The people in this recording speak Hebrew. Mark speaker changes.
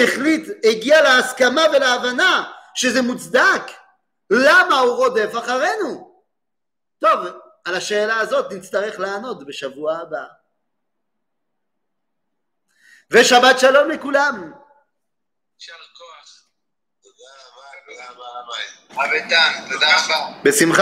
Speaker 1: החליט, הגיע להסכמה ולהבנה שזה מוצדק, למה הוא רודף אחרינו? טוב, על השאלה הזאת נצטרך לענות בשבוע הבא. ושבת שלום לכולם.
Speaker 2: יישר כוח. תודה רבה, תודה רבה. אביטן, תודה רבה.
Speaker 1: בשמחה.